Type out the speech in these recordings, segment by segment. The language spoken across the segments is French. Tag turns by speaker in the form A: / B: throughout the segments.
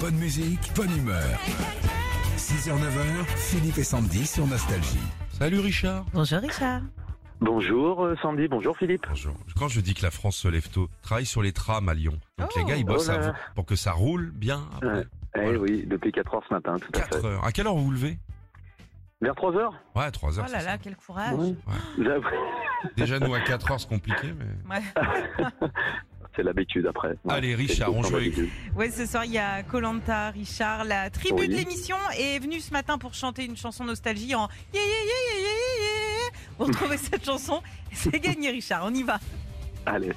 A: Bonne musique, bonne humeur. 6h, 9h, Philippe et Sandy sur Nostalgie.
B: Salut Richard.
C: Bonjour Richard.
D: Bonjour euh, Sandy, bonjour Philippe.
B: Bonjour. Quand je dis que la France se lève tôt, travaille sur les trams à Lyon. Donc les gars, ils bossent
D: Oh là
B: à-
D: là.
B: pour que ça roule bien. après.
D: Ouais. Eh
B: Voilà.
D: oui, depuis 4 heures ce matin, tout à fait.
B: 4 heures. À quelle heure vous vous levez
D: Vers 3 heures
B: Ouais, 3 heures.
C: Oh là
B: c'est
C: là, quel
B: Ah.
C: courage.
D: Oui. J'avoue,
B: ça. Déjà, nous, à 4 heures, c'est compliqué. Mais...
C: Ouais.
D: C'est l'habitude après. Ouais,
B: Allez, Richard,
D: c'est tout
B: on
D: le temps
B: joue avec
D: l'habitude.
C: Ouais, ce soir il y a Colanta, Richard, la tribu
D: Oui.
C: de l'émission est venue ce matin pour chanter une chanson nostalgie en yeah, yeah, yeah, yeah, yeah, yeah. Vous retrouvez cette chanson, c'est gagné Richard, on y va.
D: Allez.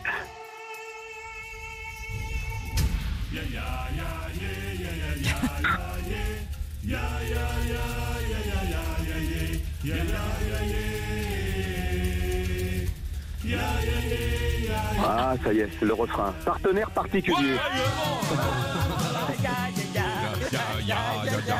D: Ah, ça y est, le refrain. Partenaire particulier.
B: Ya, ya, ya, ya.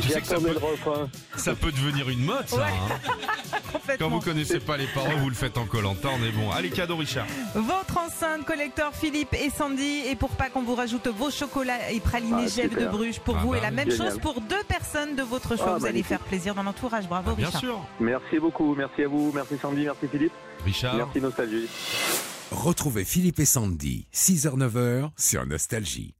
B: Tu sais que ça
D: J'attendais
B: peut,
D: le refrain.
B: ça peut devenir une mode, ça. hein. Quand
C: Complètement.
B: vous connaissez pas les paroles, vous le faites en collantant, on est bon. Allez, cadeau, Richard.
C: Votre enceinte collecteur Philippe et Sandy et pour pas qu'on vous rajoute vos chocolats et pralinés
D: Ah,
C: gel de
D: super.
C: Bruges pour
B: Ah
C: vous
B: bah
C: et la
B: oui.
C: même
D: Génial.
C: chose pour deux personnes de votre choix.
D: Ah,
C: vous allez
D: magnifique.
C: faire plaisir dans l'entourage. Bravo
B: Ah, Bien
C: Richard.
B: sûr.
D: Merci beaucoup, merci à vous, merci Sandy, merci Philippe,
B: Richard.
D: merci Nostalgie.
A: Retrouvez Philippe et Sandy, 6h, 9h sur Nostalgie.